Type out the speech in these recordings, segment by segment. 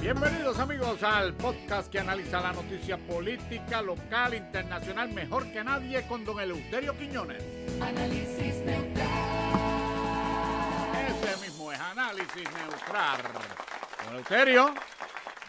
Bienvenidos amigos al podcast que analiza la noticia política local, internacional, mejor que nadie con don Eleuterio Quiñones. Análisis neutral. Ese mismo es análisis neutral. Don Eleuterio.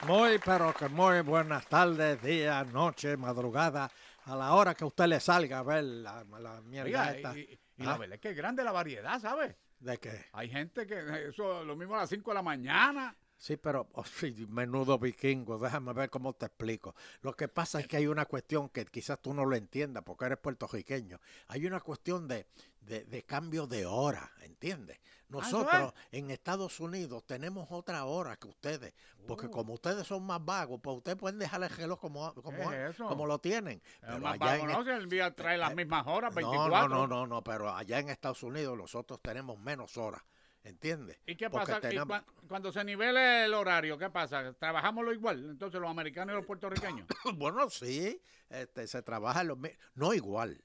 Muy, pero que muy buenas tardes, días, noche, madrugada, a la hora que usted le salga a ver la, la mierda Oiga, esta. y, y- y la Ah. verdad es que es grande la variedad, ¿sabes? ¿De qué? Hay gente que eso lo mismo a las 5 de la mañana. Sí, pero oh, sí, menudo vikingo, déjame ver cómo te explico. Lo que pasa es que hay una cuestión que quizás tú no lo entiendas porque eres puertorriqueño. Hay una cuestión de, de, de cambio de hora, ¿entiendes? Ah, eso es. Nosotros en Estados Unidos tenemos otra hora que ustedes, porque Oh. como ustedes son más vagos, pues ustedes pueden dejar el reloj como, como, ¿Qué es eso? como lo tienen. Pero Pero más allá vago, en ¿no? Si el día trae las eh, mismas horas, No, 24. no, no, no, no, pero allá en Estados Unidos nosotros tenemos menos horas, ¿entiendes? ¿Y qué Porque pasa? ¿Y tenemos- cuan- cuando se nivele el horario, ¿qué pasa? ¿Trabajamos lo igual? Entonces los americanos y los puertorriqueños. Bueno, sí, este, se trabaja lo mi- no igual.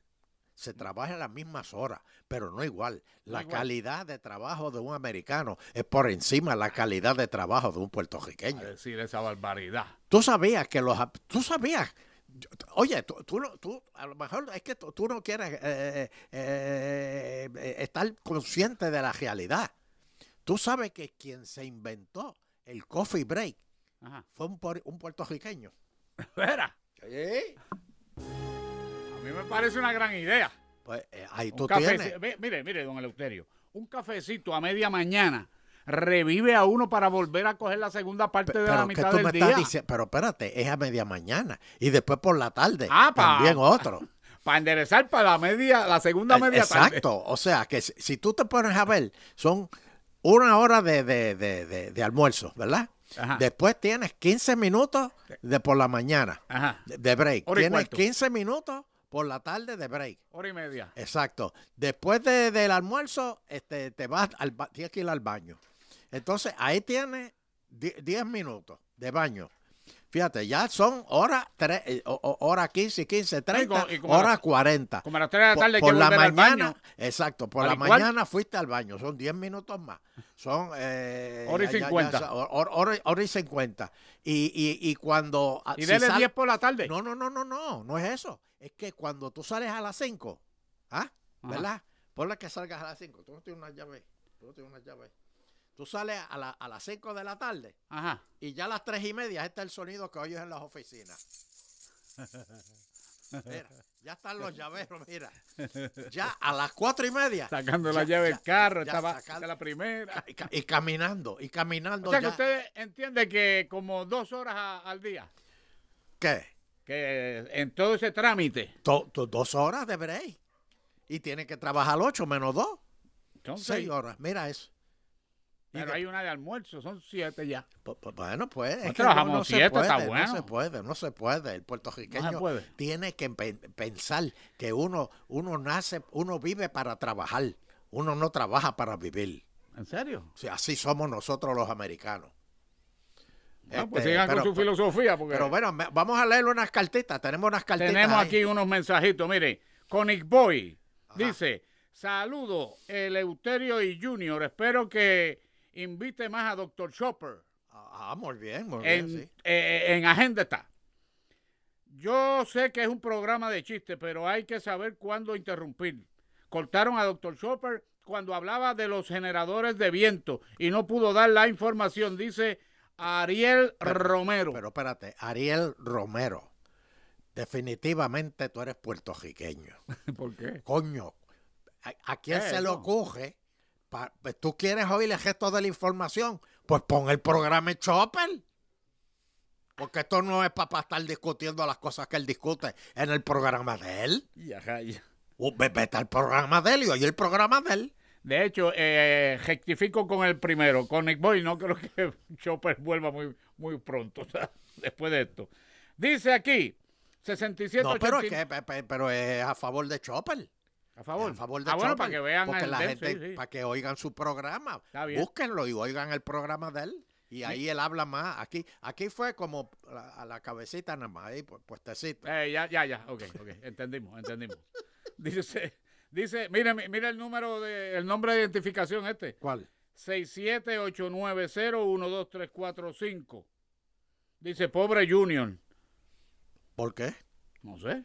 Se trabaja las mismas horas, pero no igual. No La igual. calidad de trabajo de un americano es por encima de la calidad de trabajo de un A puertorriqueño. decir esa barbaridad. Tú sabías que los... ap- Tú sabías... yo- Oye, tú, tú, no- tú- a lo mejor es que tú, tú no quieres eh, eh, eh, estar consciente de la realidad. Tú sabes que quien se inventó el coffee break Ajá. fue un, puer- un puertorriqueño. Espera, a mí me parece una gran idea. Pues eh, ahí Un tú cafece- tienes. ve- Mire, mire, don Eleuterio. Un cafecito a media mañana revive a uno para volver a coger la segunda parte Pe- de pero la que mitad tú del me día. estás diciendo, pero espérate, es a media mañana y después por la tarde Ah, pa- también otro. E, Para enderezar para la media, la segunda media tarde. Eh, Exacto, o sea que si, si tú te pones a ver, son una hora de, de- de- de- de almuerzo, ¿verdad? Ajá. Después tienes 15 minutos de por la mañana Ajá. de, de break, Hora y tienes cuarto. 15 minutos por la tarde de break. Hora y media. Exacto. Después de- del almuerzo, este, te vas al ba- tienes que ir al baño. Entonces, ahí tienes die- 10 minutos de baño. Fíjate, ya son horas tre- eh, o- o- hora 15, 15, 30, y como a hora las- 40. Como a las 3 de la tarde hay que la volver al mañana, baño. exacto, por ¿Al la igual? mañana fuiste al baño, son 10 minutos más. Son eh, Hora y ya- ya- ya 50. son- hor- hor- hora y 50. Y, y, y cuando ah, Y si dele sal- 10 por la tarde. no, no, no, no, no, no es eso. Es que cuando tú sales a las 5, ¿ah? Ajá. ¿Verdad? Ponle que salgas a las 5. Tú no tienes una llave. Tú no tienes una llave. Tú sales a, la- a las 5 de la tarde Ajá. y ya a las 3 y media está el sonido que oyes en las oficinas. Mira, ya están los llaveros, mira. Ya a las 4 y media Sacando la Ya, llave ya, del carro, ya, estaba sacando- de la primera. y, ca- y caminando, y caminando O sea que ya. ustedes entienden que como dos horas a- al día, ¿Qué? que en todo ese trámite. To- to- dos horas de break. Y tienen que trabajar 8 menos 2. Son seis. 6 horas, mira eso. Y Pero de- hay una de almuerzo, son siete ya. Pu- pu- Bueno, pues. es No que trabajamos no se siete, puede, está No se bueno. puede, no se puede. El puertorriqueño No se puede. tiene que pe- pensar que uno, uno nace, uno vive para trabajar. Uno no trabaja para vivir. ¿En serio? O sea, así somos nosotros los americanos. Bueno, pues Este, sigan pero, con su filosofía, porque pero bueno, me- vamos a leer unas cartitas. Tenemos unas cartitas. tenemos ahí. aquí unos mensajitos. Mire, Conic Boy Ajá. dice: Saludo, Eleuterio y Junior. Espero que invite más a Dr. Chopper. Ah, muy bien, muy En, bien. sí. eh, en agenda está. Yo sé que es un programa de chistes, pero hay que saber cuándo interrumpir. Cortaron a Dr. Chopper cuando hablaba de los generadores de viento y no pudo dar la información, dice Ariel Pero- Romero. Pero espérate, Ariel Romero. Definitivamente tú eres puertorriqueño. ¿Por qué? coño, ¿a, a quién Eh, se le no. ocurre? Pa- pues, ¿Tú quieres oír el gesto de la información? Pues pon el programa en Chopper. Porque esto no es para estar discutiendo las cosas que él discute en el programa de él. Uh, ve- Vete al programa de él y oye el programa de él. De hecho, eh, rectifico con el primero, con Nick Boy. No creo que Chopper vuelva muy, muy pronto, o sea, después de esto. Dice aquí, 67 No, pero es, que, pe- pe- pero es a favor de Chopper. A favor. A favor de ah, bueno, Chopper, para que vean Porque el la de- gente, sí, sí. para que oigan su programa. Está bien. Búsquenlo y oigan el programa de él. Y ahí él habla más. Aquí aquí fue como la- a la cabecita nada más, ahí pu- puestecita. Eh, ya, ya, ya. Ok, ok. Entendimos, entendimos. Dice, dice, mira, mi- mira el número de, el nombre de identificación este. ¿Cuál? 67890123445. Dice, pobre Junior. ¿Por qué? No sé.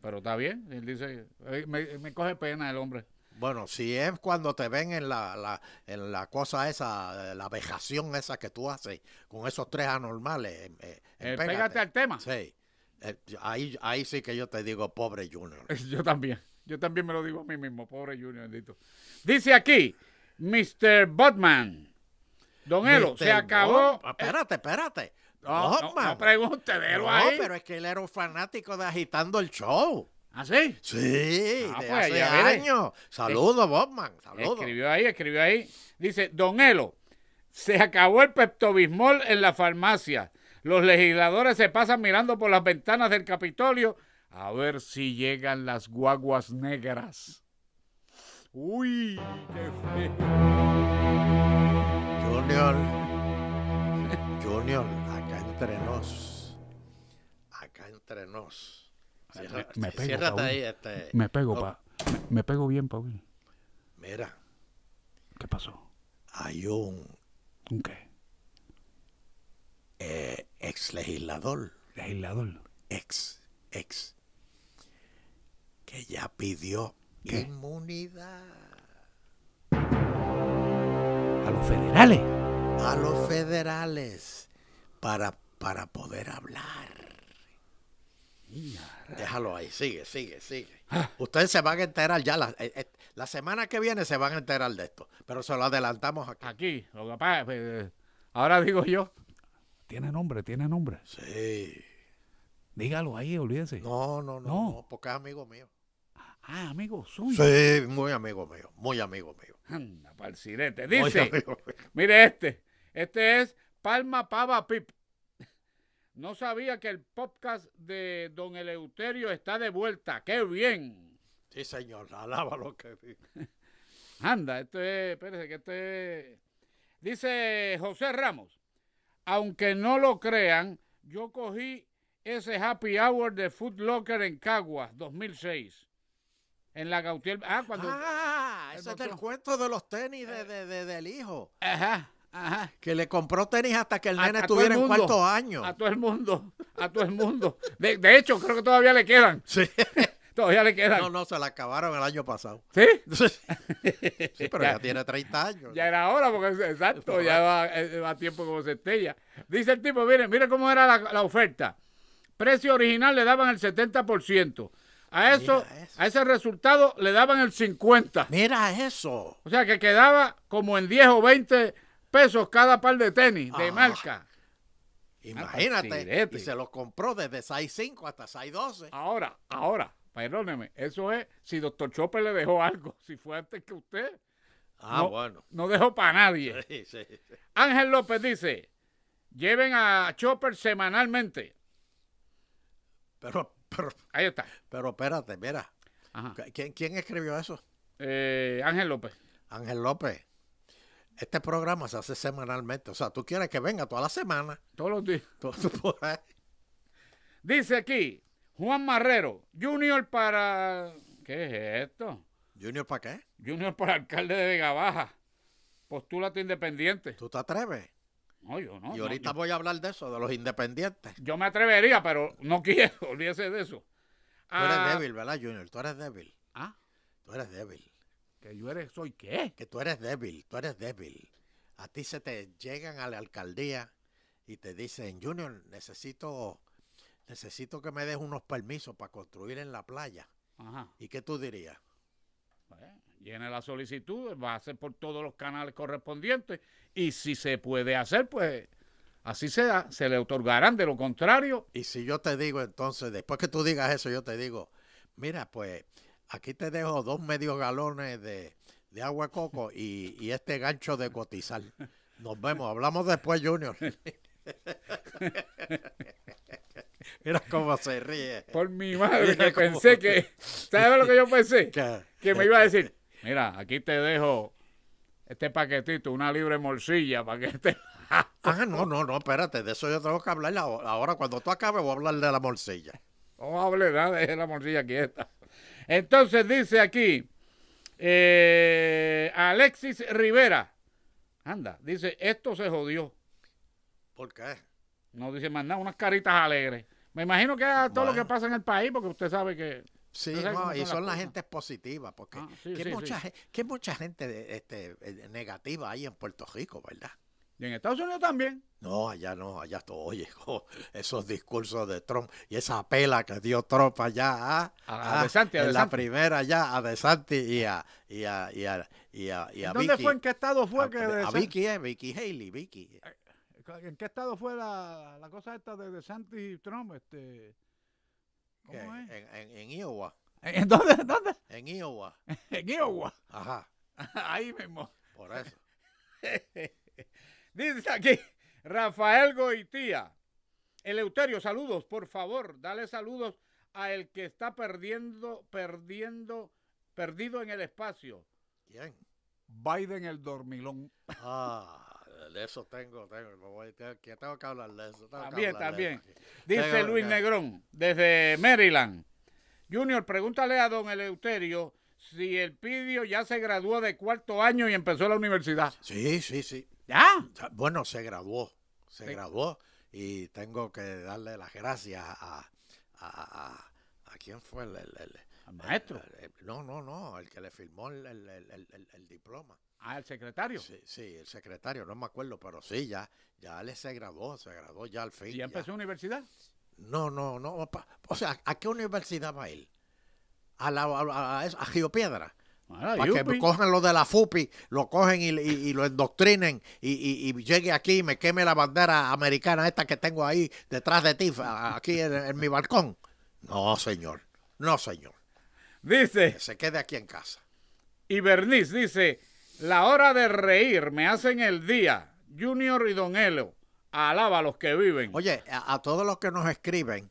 Pero está bien. Él dice, eh, me, me coge pena el hombre. Bueno, si es cuando te ven en la, la- en la cosa esa, eh, la vejación esa que tú haces con esos tres anormales. eh, eh, Eh, en pégate. al tema. Sí. Eh, ahí, ahí sí que yo te digo, pobre Junior. Yo también. Yo también me lo digo a mí mismo, pobre Junior, bendito. Dice aquí, Mr. Botman. Don Elo, se Mr. acabó. Eh, Bob- espérate, espérate. No, no, Bobman. no pregunte, déjelo ah, No, ahí. pero es que él era un fanático de agitando el show. ¿Ah, sí? Sí, Ah, de pues, hace ya veré. años. Saludos, Bobman. Saludos. Escribió ahí, escribió ahí. Dice, Don Elo, se acabó el Pepto-Bismol en la farmacia. Los legisladores se pasan mirando por las ventanas del Capitolio a ver si llegan las guaguas negras. Uy, qué feo. Junior, Junior, acá entre nos. Acá entre nos. Cierra- me pego, ciérrate Paul. ahí, este. Me pego, no, pa. Me, me pego bien, Paul. Mira, ¿Qué pasó? hay un ¿Un qué? eh, ex legislador, Legislador. ex, ex, que ya pidió inmunidad A los federales. a los federales para, para poder hablar. Déjalo ahí, sigue, sigue, sigue. Ah. Ustedes se van a enterar ya, la, eh, eh, la semana que viene se van a enterar de esto, pero se lo adelantamos aquí. Aquí, lo que pasa, eh, ahora digo yo. Tiene nombre, tiene nombre. Sí. Dígalo ahí, olvídese. No, no, no, No. no, porque es amigo mío. Ah, amigo, suyo. Sí, muy amigo mío, muy amigo mío. Anda, pa'l sirete. muy Dice, amigo mío. mire este. Este es Palma Pava Pip. No sabía que el podcast de Don Eleuterio está de vuelta. ¡Qué bien! Sí, señor, alaba lo que vi. Anda, esto es, espérese que esto es... Dice José Ramos, aunque no lo crean, yo cogí ese happy hour de Food Locker en Caguas, 2006. En la Gautier... Ah, cuando... Ah, el ese es doctor- Eh. el cuento de los tenis de, de- de- del hijo, Ajá, ajá. que le compró tenis hasta que el A- nene a todo el estuviera en mundo. cuarto año. A todo el mundo, a todo el mundo. De, de hecho, creo que todavía le quedan. Sí. Todavía le quedan. No, no, se la acabaron el año pasado. ¿Sí? Sí, pero Ya. ya, tiene 30 años. Ya era hora, porque exacto, ya va, eh, va tiempo como centella. Dice el tipo, miren, miren cómo era la, la oferta. Precio original le daban el 70%. A eso, Mira eso. a ese resultado le daban el 50%. Mira eso. O sea que quedaba como en 10 o 20 pesos cada par de tenis de Ah. marca. pues, Imagínate. tirete. Y se lo compró desde 6.5 hasta 6.12. Ahora, ahora, perdóneme, eso es si doctor Chopper le dejó algo, si fue antes que usted, Ah, no. bueno. no dejó para nadie. Sí, sí, sí. Ángel López dice, lleven a Chopper semanalmente. Pero, pero, Ahí está. pero espérate, mira. Ajá. ¿Quién, quién escribió eso? Eh, Ángel López. Ángel López. Este programa se hace semanalmente. O sea, tú quieres que venga toda la semana. Todos los días. Tú- tú puedes- Dice aquí, Juan Marrero, Junior para... ¿Qué es esto? Junior, ¿para qué? Junior para alcalde de Vega Baja. Postúlate independiente. ¿Tú te atreves? No, yo no. y no, ahorita yo, voy a hablar de eso, de los independientes. yo me atrevería, pero no quiero. Olvídese de eso. Tú eres Ah, débil, ¿verdad, Junior? Tú eres débil. Ah, Tú eres débil. que yo eres, soy qué. que tú eres débil, tú eres débil. A ti se te llegan a la alcaldía y te dicen, Junior, necesito, necesito que me des unos permisos para construir en la playa. Ajá. ¿Y qué tú dirías? Bueno, llene la solicitud, va a ser por todos los canales correspondientes y si se puede hacer, pues así sea, se le otorgarán, de lo contrario, Y si yo te digo entonces, después que tú digas eso, yo te digo, mira, pues aquí te dejo dos medios galones de, de agua de coco y, y este gancho de cotizar. Nos vemos, hablamos después, Junior. Mira cómo se ríe. por mi madre, Mira que cómo- pensé que, ¿sabes lo que yo pensé? Que- Que me iba a decir, mira, aquí te dejo este paquetito, una libre morcilla, para que te... Ah, no, no, no, espérate, de eso yo tengo que hablar aho- ahora. Cuando tú acabes, voy a hablar de la morcilla. No hable nada, deje la morcilla quieta. Entonces dice aquí, eh, Alexis Rivera, anda, dice, esto se jodió. ¿Por qué? No dice más nada, unas caritas alegres. Me imagino que es todo lo que Bueno. pasa en el país, porque usted sabe que. Sí, Tú sabes no, cómo y son son las las cosas. gentes positivas, porque Ah, sí, qué, sí, mucha, sí. gen- qué mucha gente de- este, eh, negativa hay en Puerto Rico, ¿verdad? Y en Estados Unidos también. No, allá no, allá todo, oye, jo, esos discursos de Trump y esa pela que dio Trump allá ah, A- a ah, DeSantis, a en la DeSantis. primera ya a DeSantis y a, y a, y a, y a, y a ¿Dónde Vicky. fue? ¿En qué estado fue? a, que a de- Vicky, eh, Vicky Haley, Vicky. ¿En qué estado fue la, la cosa esta de, de Santi y Trump? Este, ¿Cómo que eh, es? En, en- en Iowa, ¿En dónde? en dónde? en Iowa. En Iowa. Ajá, Ahí mismo. por eso. Dice aquí Rafael Goitía. Eleuterio, saludos, por favor, dale saludos a el que está perdiendo, perdiendo, perdido en el espacio. ¿Quién? Biden el dormilón. Ah, de eso tengo, tengo, me voy- tengo- que tengo que hablar de eso. tengo que También, hablar de también. eso. Dice Venga, Luis venga. Negrón, desde Maryland. Junior, pregúntale a don Eleuterio si el pidio ya se graduó de cuarto año y empezó la universidad. Sí, sí, sí. ¿Ya? Ya, Bueno, se graduó, se Sí. graduó y tengo que darle las gracias a, a, a- a- ¿a quién fue el, el- el- Al maestro. el- el- no, no, no, el que le firmó el, el- el- el- el- el diploma. Ah, el secretario. Sí, sí, el secretario, no me acuerdo, pero sí, ya, ya él se graduó, se graduó ya al fin. ¿Y ya. ya empezó universidad? No, no, no, pa- o sea, ¿a qué universidad va él? A, la, a, a- a Río Piedra. Ah, Para que yupi. me cojan lo de la FUPI, lo cogen y, y- y lo endoctrinen y, y- y llegue aquí y me queme la bandera americana esta que tengo ahí detrás de ti, a- aquí en, en mi balcón. No, señor. No, señor. Dice. Que se quede aquí en casa. Y Bernice dice, la hora de reír me hacen el día. Junior y Don Elo, alaba a los que viven. Oye, a, a todos los que nos escriben,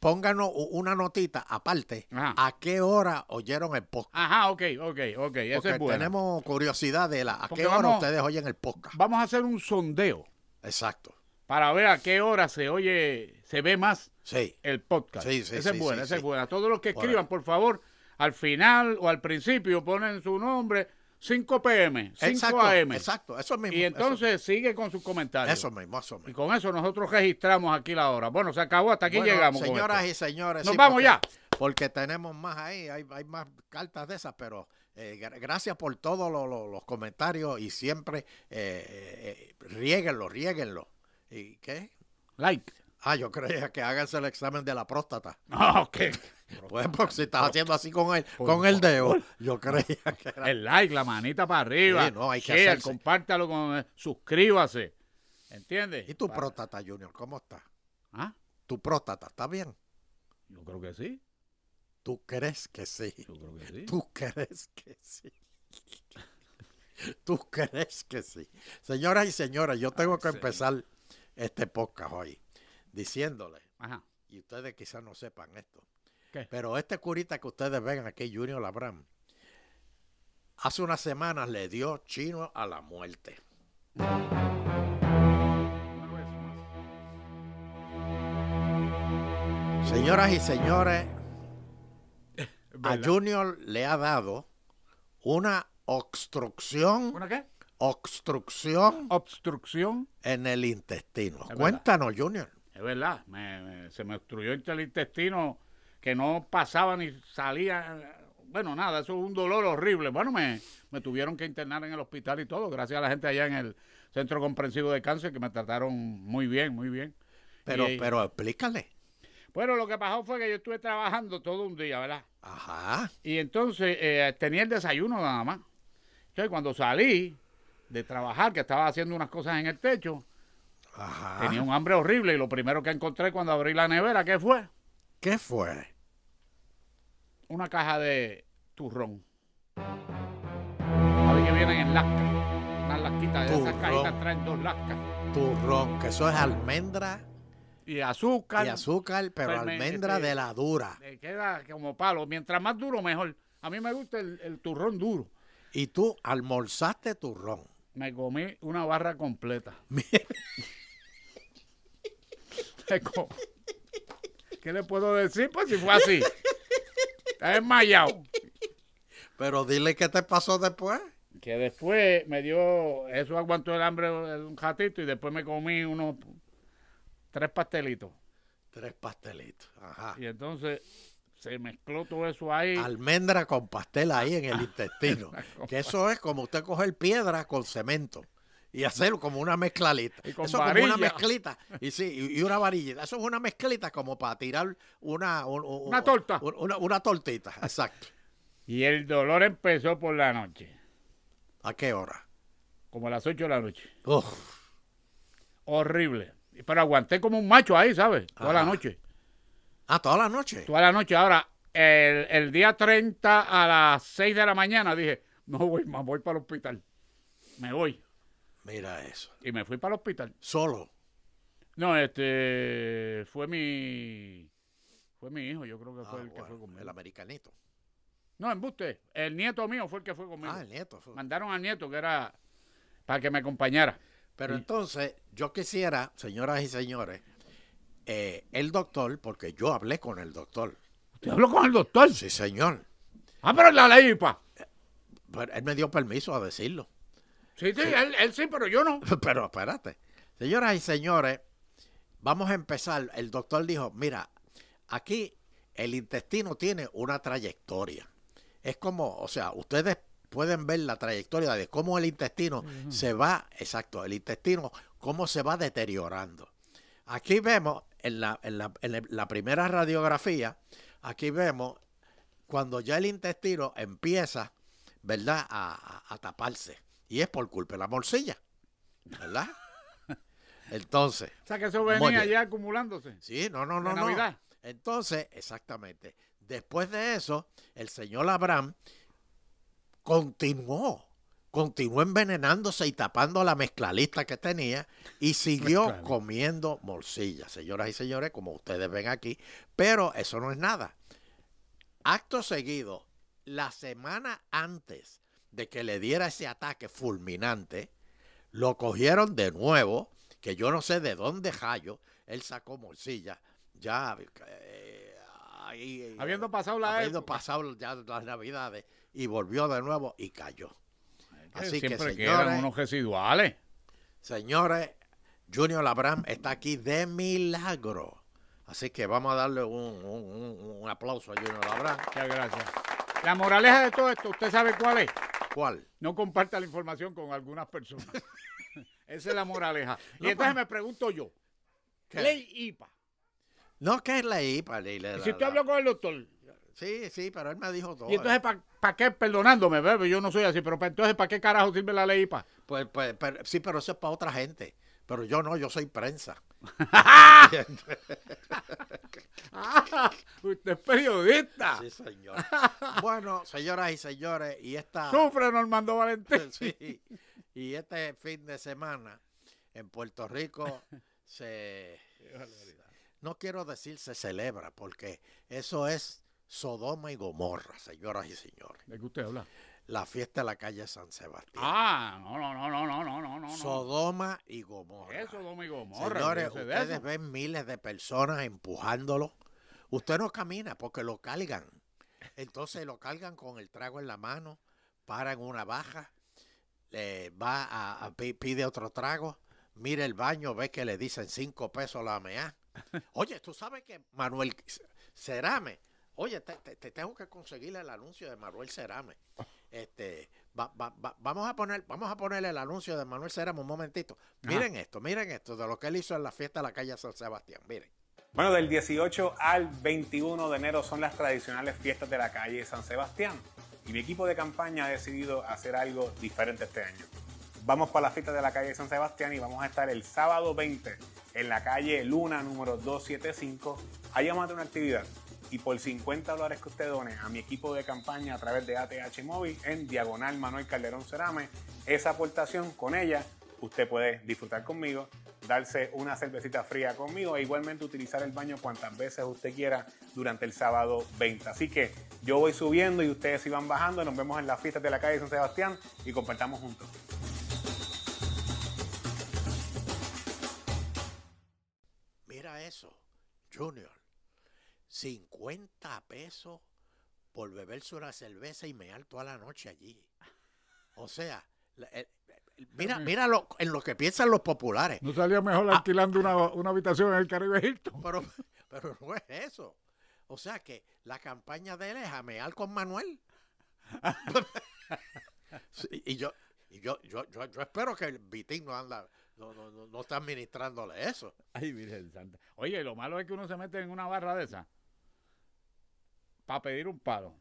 pónganos u- una notita aparte. Ajá. ¿A qué hora oyeron el podcast? Ajá, ok, ok, ok, eso Porque es bueno. tenemos curiosidad de la, a Porque qué hora vamos- ustedes oyen el podcast. Vamos a hacer un sondeo Exacto. para ver a qué hora se oye, se ve más Sí. el podcast. Sí, sí, esa sí, es buena, sí, esa es sí. buena. Todos los que Por escriban, por favor, al final o al principio ponen su nombre 5 pm, 5 Exacto, am. exacto, eso mismo. Y eso- entonces sigue con sus comentarios. Eso mismo, eso Y mismo. con eso nosotros registramos aquí la hora. Bueno, se acabó, hasta aquí Bueno, llegamos. con Señoras esto. y señores. Nos sí, vamos porque- ya. Porque tenemos más ahí, hay, hay más cartas de esas, pero eh, gra- gracias por todos lo- lo- los comentarios y siempre eh, eh, eh, riéguenlo, riéguenlo. ¿Y qué? Like. Ah, yo creía que háganse el examen de la próstata. No, que Pues porque si estás haciendo así con el, Por con el dedo, yo creía que era. el like, la manita para arriba. Sí, no, hay que share, hacerse. compártalo con eh, suscríbase. ¿Entiendes? ¿Y tu Para- próstata, Junior? ¿Cómo está? ¿Ah? ¿Tu próstata está bien? Yo creo que sí. ¿Tú crees que sí? Yo creo que sí. ¿Tú crees que sí? ¿Tú crees que sí? Señoras y señores, yo tengo que señor. empezar este podcast hoy diciéndole, Ajá. y ustedes quizás no sepan esto, ¿Qué? pero este curita que ustedes ven aquí, Junior Labram, hace unas semanas le dio chino a la muerte. Señoras y señores, a ¿Verdad? Junior le ha dado una obstrucción, ¿Una qué? obstrucción Obstrucción. en el intestino. verdad. Cuéntanos, Junior. Es verdad. me- me- se me obstruyó el intestino que no pasaba ni salía. Bueno, nada, eso es un dolor horrible. Bueno, me, me tuvieron que internar en el hospital y todo, gracias a la gente allá en el Centro Comprensivo de Cáncer que me trataron muy bien, muy bien. Pero, Y- pero explícale. Bueno, lo que pasó fue que yo estuve trabajando todo un día, ¿verdad? Ajá. Y entonces eh, tenía el desayuno nada más. Entonces, cuando salí de trabajar, que estaba haciendo unas cosas en el techo, Ajá. tenía un hambre horrible y lo primero que encontré cuando abrí la nevera, ¿qué fue? ¿Qué fue? Una caja de turrón. ¿Sabes que vienen en lasca? Unas lasquitas, de esas Turrón. cajitas traen dos lascas. Turrón, que eso es almendra Y azúcar. y azúcar, pero fermen- almendra este- de la dura. Le queda como palo. Mientras más duro, mejor. A mí me gusta el- el turrón duro. Y tú almorzaste turrón. Me comí una barra completa. Me co- ¿Qué le puedo decir? Pues si fue así. Está desmayado. Pero dile qué te pasó después. Que después me dio, eso aguantó el hambre un ratito y después me comí unos tres pastelitos. Tres pastelitos. Ajá. Y entonces se mezcló todo eso ahí. Almendra con pastel ahí en el Ah, intestino. que eso es como usted coger piedra con cemento y hacerlo como una mezclalita. Y con eso como varilla. una mezclita. Y sí, y, y una varillita. Eso es una mezclita como para tirar una... un- un- Una torta. un- Una, una tortita, exacto. Y el dolor empezó por la noche, ¿A qué hora? como a las 8 de la noche. Uf, Horrible. Pero aguanté como un macho ahí, ¿sabes? Toda la Ajá. noche. Ah, toda la noche. Toda la noche. Ahora, el, el día 30 a las 6 de la mañana dije, no voy más, voy para el hospital. Me voy. Mira eso. Y me fui para el hospital. Solo. No, este, fue mi, fue mi hijo, yo creo que fue Ah, el que fue bueno, conmigo. el americanito. No, embuste. El nieto mío fue el que fue conmigo. Ah, el nieto. fue. Mandaron al nieto que era para que me acompañara. Pero Sí. entonces, yo quisiera, señoras y señores, eh, el doctor, porque yo hablé con el doctor. ¿Usted habló con el doctor? Sí, señor. Ah, pero la ley, pa. Pero él me dio permiso a decirlo. Sí, sí, Él, él sí, pero yo no. Pero espérate. Señoras y señores, vamos a empezar. El doctor dijo, mira, aquí el intestino tiene una trayectoria. Es como, o sea, ustedes pueden ver la trayectoria de cómo el intestino se va, exacto, el intestino, cómo se va deteriorando. Aquí vemos en la, en la- en la- la primera radiografía, aquí vemos cuando ya el intestino empieza, ¿verdad?, a, a- a taparse. Y es por culpa de la morcilla, ¿verdad? Entonces, O sea, que eso Muy venía bien. ya acumulándose. sí, no, no, no, de no. Navidad. Entonces, exactamente. Después de eso, el señor Abraham continuó, continuó envenenándose y tapando la mezclalista que tenía y siguió Mezclalista. comiendo morcilla, señoras y señores, como ustedes ven aquí. Pero eso no es nada. Acto seguido, la semana antes de que le diera ese ataque fulminante, lo cogieron de nuevo, que yo no sé de dónde hallo, él sacó morcilla, ya eh, ahí, Habiendo pasado la habiendo época. pasado ya las navidades, y volvió de nuevo y cayó. Así que, Siempre señores, quedan unos residuales. Señores, Junior Labram está aquí de milagro. Así que vamos a darle un, un- un- un aplauso a Junior Labram. Muchas gracias. La moraleja de todo esto, ¿usted sabe cuál es? ¿Cuál? No comparta la información con algunas personas. Esa es la moraleja. Y No, entonces pues. me pregunto yo, ¿Qué? ley IPA. No, que es la IPA. la- la- Y la- si usted habló con el doctor, Sí, sí, pero él me dijo todo. Y entonces, ¿para qué? Perdonándome, bebé, yo no soy así, pero pa- entonces, ¿para qué carajo sirve la ley IPA? Pues, pues, pero- sí, pero eso es para otra gente. Pero yo no, yo soy prensa. Ah, usted es periodista. Sí, señor. bueno, señoras y señores, y esta... Sufre, Normando Valentín. Sí. Y este fin de semana en Puerto Rico se... No quiero decir se celebra, porque eso es Sodoma y Gomorra, señoras y señores. ¿De qué usted habla? La fiesta de la calle San Sebastián. Ah, no, no, no, no, no, no, no, no. Sodoma y Gomorra. Eso, Domingo Morra. Señores, olvídese de eso. ustedes ven miles de personas empujándolo. Usted no camina porque lo cargan. Entonces lo cargan con el trago en la mano, paran una baja, le va a, a pi- pide otro trago, mira el baño, ve que le dicen cinco pesos la mea. Oye, tú sabes que Manuel Cerame, oye, te, te- te tengo que conseguir el anuncio de Manuel Cerame. Este, va- va- va- vamos a poner, vamos a poner el anuncio de Manuel Cerame un momentito. Ajá. Miren esto, miren esto de lo que él hizo en la fiesta de la calle San Sebastián. Miren. Bueno, del 18 al 21 de enero son las tradicionales fiestas de la calle San Sebastián y mi equipo de campaña ha decidido hacer algo diferente este año. Vamos para la fiesta de la calle San Sebastián y vamos a estar el sábado 20 en la calle Luna número 275. Ahí vamos a tener una actividad y por 50 dólares que usted done a mi equipo de campaña a través de ATH Móvil en Diagonal Manuel Calderón Cerame, esa aportación con ella usted puede disfrutar conmigo, darse una cervecita fría conmigo e igualmente utilizar el baño cuantas veces usted quiera durante el sábado 20. Así que yo voy subiendo y ustedes iban bajando. Nos vemos en las fiestas de la calle San Sebastián y compartamos juntos. Mira eso, Junior. 50 pesos por beberse una cerveza y mear toda la noche allí. O sea, la- el- el- mira, mira lo, en lo que piensan los populares. No salía mejor Ah. alquilando una, una habitación en el Caribe Hilton. Pero, pero no es eso. O sea que la campaña de él es jamear con Manuel. Sí, y yo, y yo, yo, yo, yo espero que el Vitín no anda, no, no, no, no está administrándole eso. Ay, Virgen Santa. Oye, lo malo es que uno se mete en una barra de esa para pedir un palo.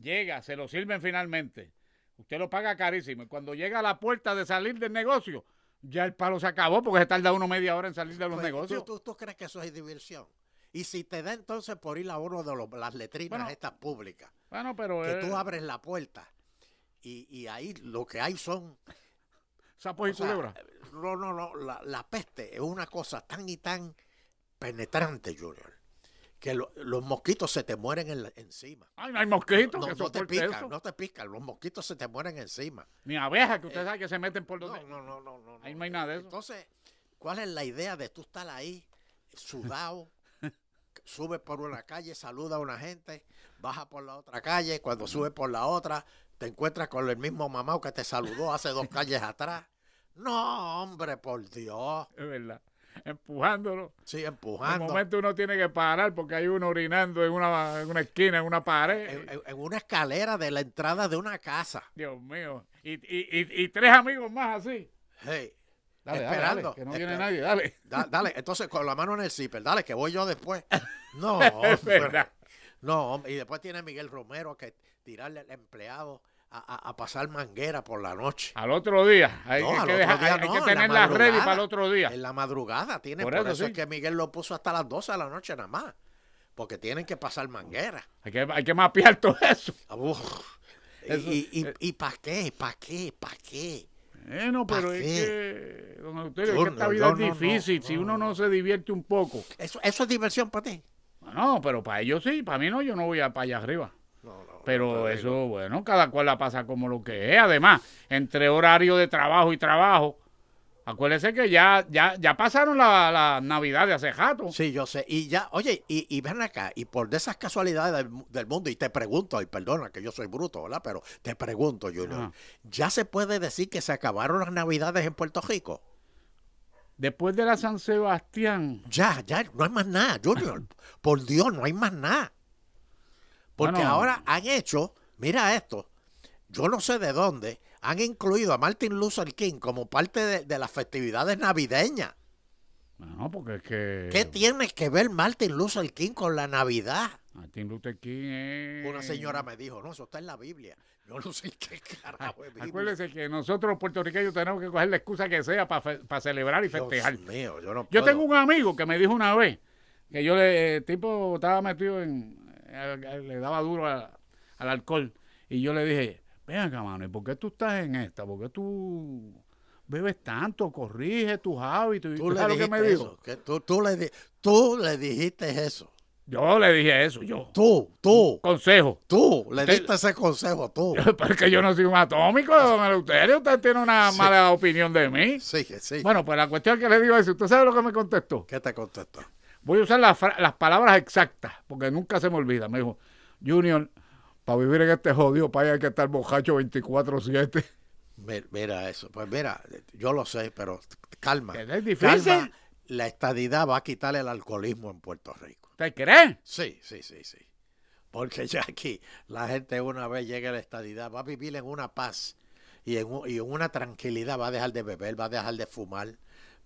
Llega, se lo sirven finalmente. Usted lo paga carísimo. Y cuando llega a la puerta de salir del negocio, ya el palo se acabó porque se tarda uno media hora en salir de los Pues, negocios. ¿tú, tú, tú crees que eso es diversión? Y si te da entonces por ir a uno de los- las letrinas Bueno, estas públicas, Bueno, pero que eh, tú abres la puerta y, y ahí lo que hay son sapos pues y O sea, culebras. no, no, no. La, la peste es una cosa tan y tan penetrante, Junior, que lo- los mosquitos se te mueren en la- encima. Ay, no hay mosquitos No, que no te soporte pican, eso. no te pican. Los mosquitos se te mueren encima. Ni abejas que usted Eh, sabe que se meten por donde. No, no, no, no, no. Ahí no hay nada de eso. Entonces, ¿cuál es la idea de tú estar ahí, sudado? subes por una calle, saluda a una gente, baja por la otra calle, cuando subes por la otra, te encuentras con el mismo mamá que te saludó hace dos calles atrás. No, hombre, por Dios. Es verdad. Empujándolo. Sí, De empujando. momento uno tiene que parar porque hay uno orinando en una, en una esquina, en una pared. En, en- en una escalera de la entrada de una casa. Dios mío. Y, y- y- y tres amigos más así. Hey, Dale, dale, Esperando, dale, que no viene espera- nadie, dale. da- dale, entonces con la mano en el zipper, dale, que voy yo después. No, hombre. verdad. No, hombre. Y después tiene Miguel Romero que tirarle al empleado a, a- a pasar manguera por la noche. Al otro día. Hay, No, que- al que, otro dejar- día hay- hay no, que en la tenerla ready madrugada. para el otro día. En la madrugada tiene. Por Por, eso, eso, sí. es que Miguel lo puso hasta las 12 de la noche nada más. Porque tienen que pasar manguera. Hay que, hay que mapear todo eso. Uf. Y- Eso- y, para qué? ¿Para qué? ¿Para qué? Eh, no, pero ¿Pa' es que, don Euterio, es Yo que esta no, vida yo es no, no, difícil. si no, uno no se divierte un poco. ¿Eso, eso es diversión para ti? No, pero para ellos sí, para mí no, yo no voy a, para allá arriba. No, no, no, Pero te eso, digo. bueno, cada cual la pasa como lo que es. Además, entre horario de trabajo y trabajo, acuérdese que ya, ya, ya pasaron la, la Navidad de hace jato. Sí, yo sé. Y ya, oye, y, y ven acá, y por de esas casualidades del, mu- del mundo, y te pregunto, y perdona que yo soy bruto, ¿verdad? Pero te pregunto, Junior, Ajá. ¿ya se puede decir que se acabaron las navidades en Puerto Rico? Después de la San Sebastián, Ya, ya, no hay más nada, Junior. por Dios, no hay más nada. Porque Bueno. ahora han hecho, mira esto, yo no sé de dónde, han incluido a Martin Luther King como parte de, de las festividades navideñas. no, porque es que ¿Qué tiene que ver Martin Luther King con la Navidad? Martin Luther King es... Una señora me dijo, no, eso está en la Biblia. Yo no sé qué carajo es Biblia. Ah, Acuérdese que nosotros los puertorriqueños tenemos que coger la excusa que sea para celebrar y Dios festejar. mío, yo no Yo puedo. tengo un amigo que me dijo una vez que yo le, el tipo, estaba metido en, al- le daba duro a- al alcohol. Y yo le dije, ven acá, mano, ¿y por qué tú estás en esta? ¿Por qué tú bebes tanto? Corrige tus hábitos. ¿Y Tú le sabes dijiste lo que me dijo? eso. que tú, tú le di- tú le dijiste eso. Yo le dije eso, yo. Tú, tú, Consejo. tú. Le Usted- diste ese consejo, tú. Porque yo no soy un atómico, don Eleuterio. Usted tiene una Sí. mala opinión de mí. Sí, que sí. Bueno, pues la cuestión que le digo es, ¿usted sabe lo que me contestó? ¿Qué te contestó? Voy a usar las fra- las palabras exactas, porque nunca se me olvida. Me dijo, Junior, para vivir en este jodido país hay que estar bojacho 24-7. Mi- Mira eso. Pues mira, yo lo sé, pero calma. Que no es difícil. Calma. La estadidad va a quitar el alcoholismo en Puerto Rico. ¿Te crees? Sí, sí, sí, sí. Porque ya aquí la gente una vez llega a la estadidad va a vivir en una paz y en, u- y en una tranquilidad, va a dejar de beber, va a dejar de fumar,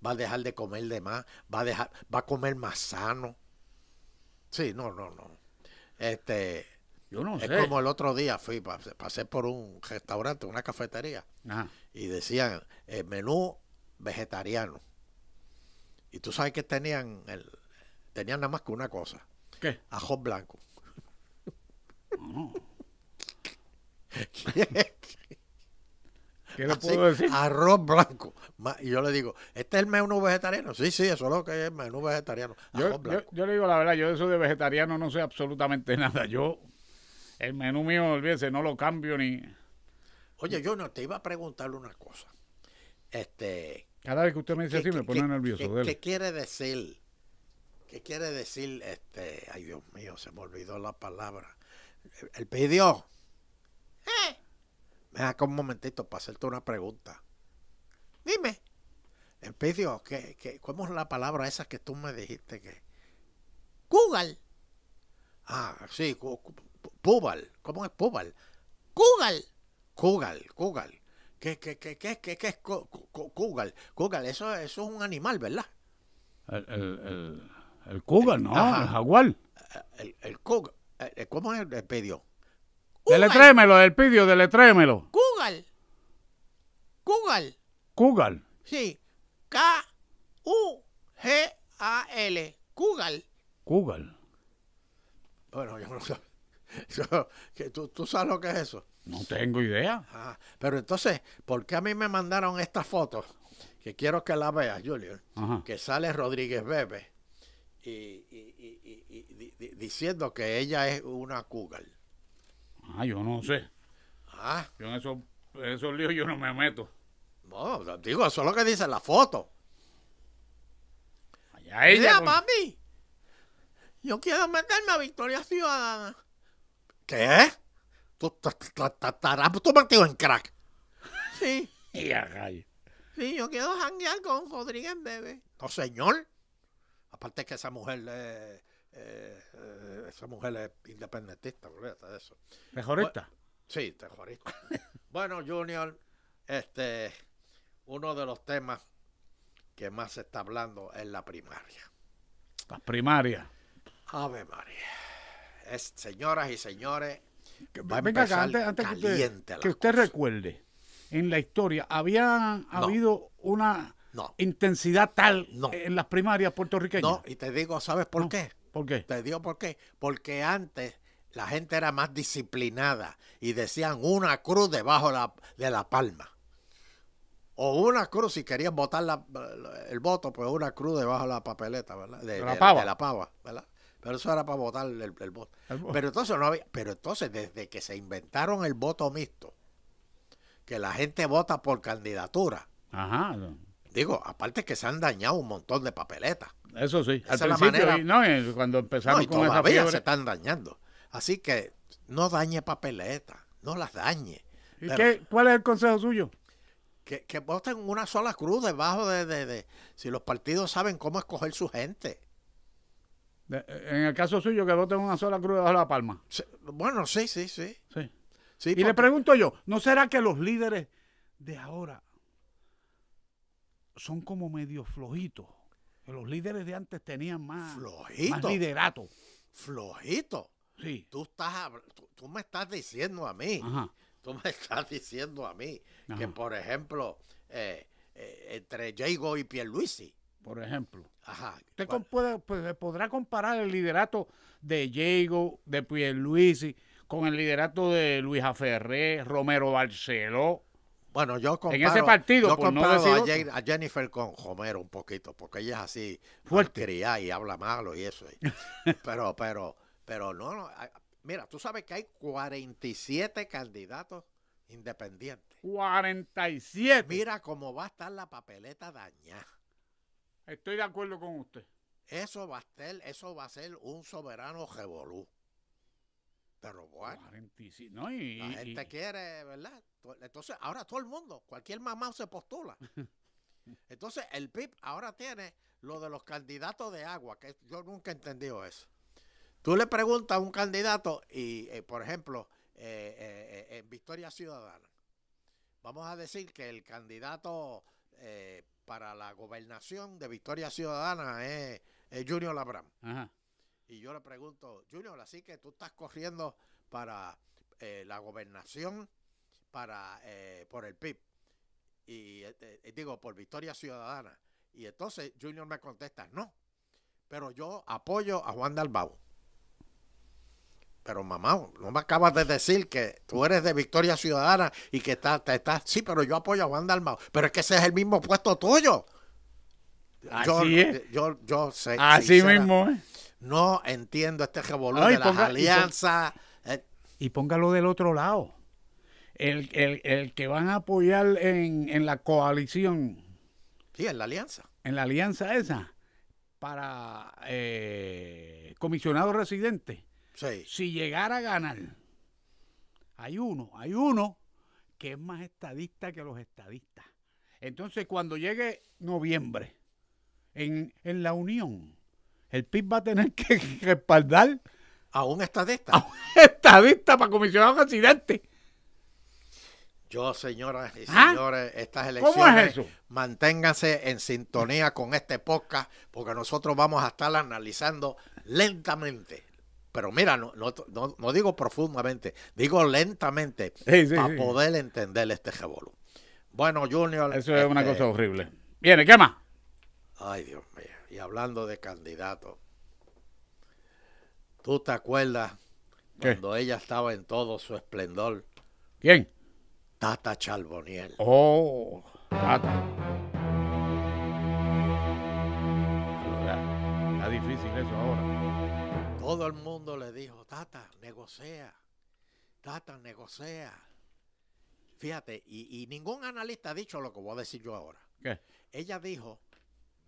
va a dejar de comer de más, va a dejar, va a comer más sano. Sí, no, no, no. Este, Yo no es sé. como el otro día fui, pa- pasé por un restaurante, una cafetería Ajá. y decían el menú vegetariano. Y tú sabes que tenían el, tenían nada más que una cosa, ¿Qué? ajo blanco. Mm. ¿Qué le Así, puedo decir? Arroz blanco. Ma- Y yo le digo, ¿este es el menú vegetariano? Sí, sí, eso es lo que es el menú vegetariano. Arroz Yo, yo, blanco. yo le digo la verdad, yo de eso de vegetariano no sé absolutamente nada. Yo, el menú mío, olvídese, no lo cambio ni... Oye, yo no te iba a preguntarle una cosa. Este, Cada vez que usted me dice así me pone nervioso. qué- dele. qué quiere decir? ¿Qué quiere decir este? Ay, Dios mío, se me olvidó la palabra. El, el pidió. ¿Eh? Ven acá un momentito para hacerte una pregunta. Dime. Empicio, ¿qué, qué, ¿cómo es la palabra esa que tú me dijiste que... Google. Ah, sí, gu- gu- pu- Pubal. ¿Cómo es Pubal? Google. Google, Google. ¿Qué, qué, qué, qué, qué, qué es cu- cu- cu- Google? Google, eso, eso es un animal, ¿verdad? El, el, el, el cougar, ¿no? Ajá. El jaguar. El, el Google. eh, eh, ¿Cómo es el pedido? Deletrémelo, el pidio, deletrémelo. Google. Google. Cougar. Sí. K-U-G-A-L. Google. Cougar. Bueno, yo no sé. Yo- que tú, tú sabes lo que es eso. No tengo idea. Ah, pero entonces, ¿por qué a mí me mandaron estas fotos? Que quiero que la veas, Junior. Ajá. Que sale Rodríguez Bebe y, y- y- y- y di- di- diciendo que ella es una Google. Ah, yo no sé. Ah, Yo en esos, en esos líos yo no me meto. no, digo, eso es lo que dice la foto. Allá ella. pues. Mira, con- mami, yo quiero meterme a Victoria Ciudadana. ¿Qué? ¿Tú ta- ta- ta- estarás tú metido en crack? Sí, Y a rayos. sí, yo quiero janguear con Rodríguez Bebe. No, señor. Aparte que esa mujer es, eh, eh, esa mujer es independentista, olvídate de eso. Mejorista. Sí, terrorista. bueno, Junior, este, uno de los temas que más se está hablando es la primaria. Las primarias. Ave María. Es, señoras y señores, Que- va a Venga acá, empezar antes, antes que caliente usted, la que usted cosa. recuerde, en la historia había habido una No. intensidad tal No. en las primarias puertorriqueñas. No, y te digo, ¿sabes por qué? ¿Por qué? Te digo por qué. Porque antes la gente era más disciplinada y decían una cruz debajo la- de la palma. O una cruz, si querían votar la- el voto, pues una cruz debajo de la papeleta, ¿verdad? De, De la pava. de la pava, ¿verdad? Pero eso era para votar el, el voto. El voto. Pero entonces no había, pero entonces desde que se inventaron el voto mixto, que la gente vota por candidatura, Ajá. digo, aparte que se han dañado un montón de papeletas. Eso sí. Esa Al es la principio, manera- y- no, y cuando No, empezamos y con esa todavía se fiebre. están dañando. Así que no dañe papeletas, no las dañe. ¿Y Pero qué, cuál es el consejo suyo? Que, que voten una sola cruz debajo de, de- de- Si los partidos saben cómo escoger su gente. de- En el caso suyo, que voten una sola cruz debajo de la palma. Sí, Bueno, sí, sí, sí. Sí. sí Y le porque- pregunto yo, ¿no será que los líderes de ahora son como medio flojitos? Que los líderes de antes tenían más, más Flojito, liderato. flojito. Sí. Tú, estás, hab- tú, tú me estás diciendo a mí. Ajá. Tú me estás diciendo a mí que, Ajá. por ejemplo, eh, eh, entre Jago y Pierluisi, Por ejemplo. ajá, pues, Usted bueno, com- puede- puede- podrá comparar el liderato de Diego, de Pierluisi, Con el liderato de Luis Aferré, Romero Barceló. bueno, yo comparo, ese partido, yo por no comparo decir a, otro. Jen- a Jennifer con Homero un poquito, porque ella es así Fuerte. malcriada y habla malo y eso. y- pero, pero, pero no, no, ah, mira, tú sabes que hay 47 candidatos independientes. 47. Mira cómo va a estar la papeleta dañada. Estoy de acuerdo con usted. Eso va a ser, eso va a ser un soberano revolú. Pero bueno, 47, ¿no? Y, la y- gente y- quiere, ¿verdad? To- Entonces, ahora todo el mundo, cualquier mamá se postula. Entonces, el PIB ahora tiene lo de los candidatos de agua, que yo nunca he entendido eso. Tú le preguntas a un candidato y, eh, por ejemplo, eh, eh, eh, en Victoria Ciudadana, vamos a decir que el candidato eh, para la gobernación de Victoria Ciudadana es, es Junior Labram. Ajá. Y yo le pregunto, Junior, así que tú estás corriendo para eh, la gobernación, para eh, por el PIB, y eh, eh, digo, por Victoria Ciudadana. Y entonces Junior me contesta, no, pero yo apoyo a Juan Dalbao. Pero mamá, no me acabas de decir que tú eres de Victoria Ciudadana y que estás, te estás, sí, pero yo apoyo a Juan Dalmao. Pero es que ese es el mismo puesto tuyo. yo, Así es. Yo, yo sé. Así sincera- mismo, ¿eh? no entiendo este revolú Ay, de las ponga- y pon- alianzas. Eh, y póngalo del otro lado. El, el- el que van a apoyar en, en la coalición, sí, es la alianza. en la alianza esa, para eh, comisionado residente, Sí. si llegara a ganar, hay uno, hay uno que es más estadista que los estadistas. Entonces, cuando llegue noviembre, en, en la Unión, el PIB va a tener que respaldar A un estadista. a un estadista para comisionar un accidente. Yo, señoras y ¿Ah? señores, estas ¿Cómo elecciones. es eso? Manténganse en sintonía con este podcast, porque nosotros vamos a estar analizando lentamente. Pero mira, no, no, no- no digo profundamente, digo lentamente Sí, sí, para sí. poder entender este revolú. Bueno, Junior. Eso es una este, cosa horrible. Viene, ¿qué más? Ay, Dios mío. Y hablando de candidatos, ¿tú te acuerdas ¿Qué? cuando ella estaba en todo su esplendor? ¿Quién? Tata Charboniel. Oh, Tata. Está difícil eso ahora. Todo el mundo le dijo, Tata, negocia. Tata, negocia. Fíjate, y, y ningún analista ha dicho lo que voy a decir yo ahora. ¿Qué? Ella dijo,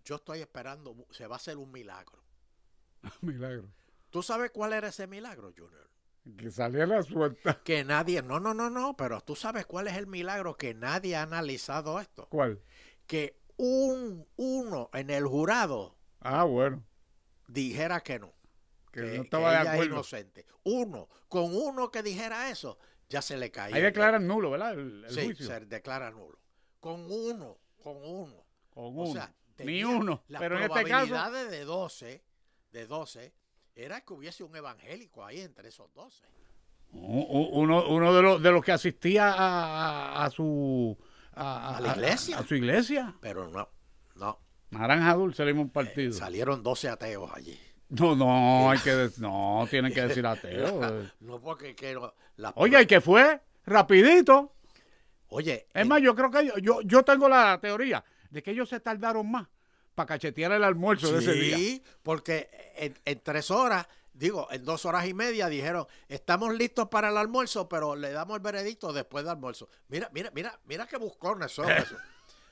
yo estoy esperando, mu- se va a hacer un milagro. Milagro. ¿Tú sabes cuál era ese milagro, Junior? Que salía la suelta. Que nadie, no, no, no, no, pero tú sabes cuál es el milagro que nadie ha analizado esto. ¿Cuál? Que un uno en el jurado Ah, bueno. dijera que no. Que, no estaba ella de es acuerdo. inocente. Uno, con uno que dijera eso, ya se le caía. Ahí el dedo. declaran nulo, ¿verdad? El, el sí, juicio. se declara nulo. Con uno, con uno. Con O uno. sea, Ni tenía uno. Las Pero en este caso. probabilidades de 12, de 12, era que hubiese un evangélico ahí entre esos 12. u- u- Uno, uno de, los, de los que asistía a, a- a su. A, A la iglesia. A, su iglesia. Pero no, no. Naranja Dulce le dimos un partido. Salieron 12 ateos allí. no, no, hay que. de- No, tienen que decir ateo. No porque quiero... la- Oye, y que fue rapidito. Oye, eh, Es en- más, yo creo que yo, yo, yo tengo la teoría de que ellos se tardaron más para cachetear el almuerzo de ese día. Sí, porque en, en tres horas, digo, en dos horas y media dijeron, estamos listos para el almuerzo, pero le damos el veredicto después del almuerzo. Mira, mira, mira, mira qué buscones son esos.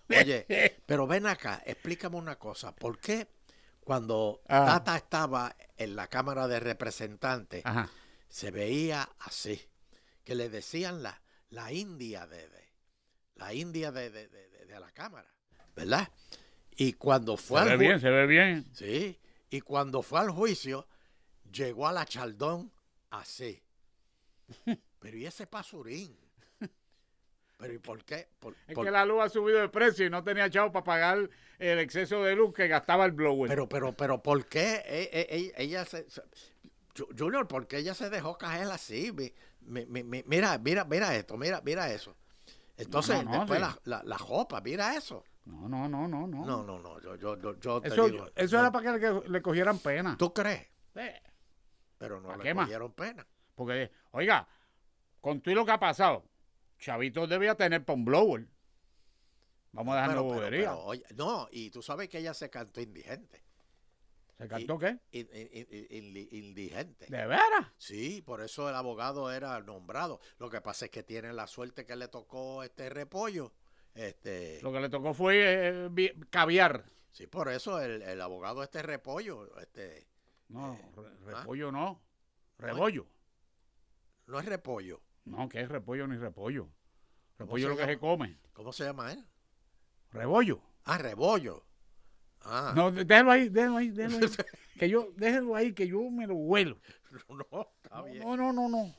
Oye, pero ven acá, explícame una cosa. ¿Por qué cuando Ah. Tata estaba en la Cámara de Representantes, Ajá. se veía así, que le decían la, la India de, de- la India de, de- de- de- de la Cámara, ¿verdad? Y cuando fue Se ve al ju- bien, se ve bien. Sí, y cuando fue al juicio, llegó a la Chaldón así. Pero ¿y ese pasurín? Pero ¿y por qué? Por- Es por- que la luz ha subido de precio y no tenía chavo para pagar el exceso de luz que gastaba el blower. Pero, pero, pero, ¿por qué e- e- e- ella se... se- Ju- Junior, ¿por qué ella se dejó caer así? Mi- mi- mi- mi- mira, mira, mira esto, mira, mira eso. Entonces, No, no, no, después sí. la, la, la jopa, mira eso. no, no, no, no, no. No, no, no, yo, yo, yo, yo te eso digo, eso no, era para que le, le cogieran pena. ¿Tú crees? Eh, Pero no ¿Pa le qué más? cogieron pena. Porque, oiga, con todo lo que ha pasado, Chavito debía tener para un blower. Vamos a dejarnos Pero- pero- bobería. pero, oye, no, y tú sabes que ella se cantó indigente. ¿Se cantó qué? In- in- in- in- in- indigente. ¿De veras? Sí, por eso el abogado era nombrado. Lo que pasa es que tiene la suerte que le tocó este repollo. Este, Lo que le tocó fue eh, vi- caviar. sí, por eso el, el abogado este repollo, este, No, re- ¿ah? repollo no. Rebollo. no es repollo. No, que es repollo ni repollo. ¿Cómo Repollo es se lo que llama? se come. ¿Cómo se llama él? Rebollo. Ah, rebollo. Ah, No, de- déjalo ahí, déjalo ahí, déjalo ahí. que yo, déjalo ahí, que yo me lo huelo. no, no, está bien. No, no, no, no.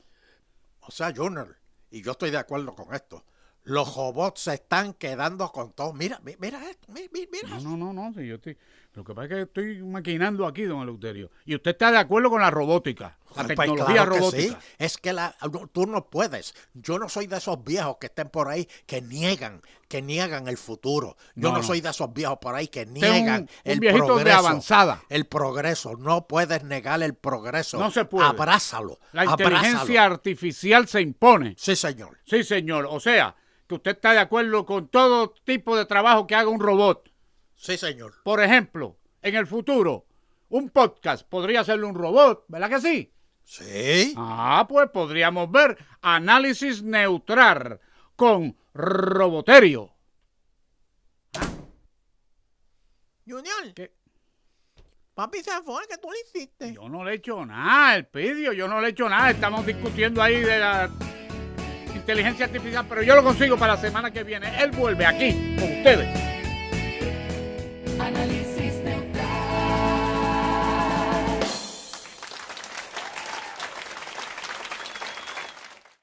O sea, Junior, y yo estoy de acuerdo con esto. Los robots se están quedando con todo. Mira, mi- mira esto, mi- mi- mira. No, eso. no, no, no. si yo estoy, lo que pasa es que estoy maquinando aquí, don Eleuterio. Y usted está de acuerdo con la robótica, la Pues tecnología claro que robótica. sí. Es que la, no, tú no puedes. Yo no soy de esos viejos que estén por ahí que niegan, que niegan el futuro. Yo No, no, no. soy de esos viejos por ahí que Usted es un- niegan un el viejito de progreso. avanzada. El progreso. No puedes negar el progreso. No se puede. Abrázalo. La abrázalo. inteligencia artificial se impone. Sí, señor. Sí, señor. O sea, que usted está de acuerdo con todo tipo de trabajo que haga un robot. Sí, señor. Por ejemplo, en el futuro, un podcast podría serle un robot, ¿verdad que sí? Sí. Ah, pues podríamos ver análisis neutral con Roboterio. Junior. ¿Qué? Papi se fue que tú le hiciste. Yo no le he hecho nada, el pidio, yo no le he hecho nada. Estamos discutiendo ahí de la inteligencia inteligencia artificial, pero yo lo consigo para la semana que viene. Él vuelve aquí con ustedes.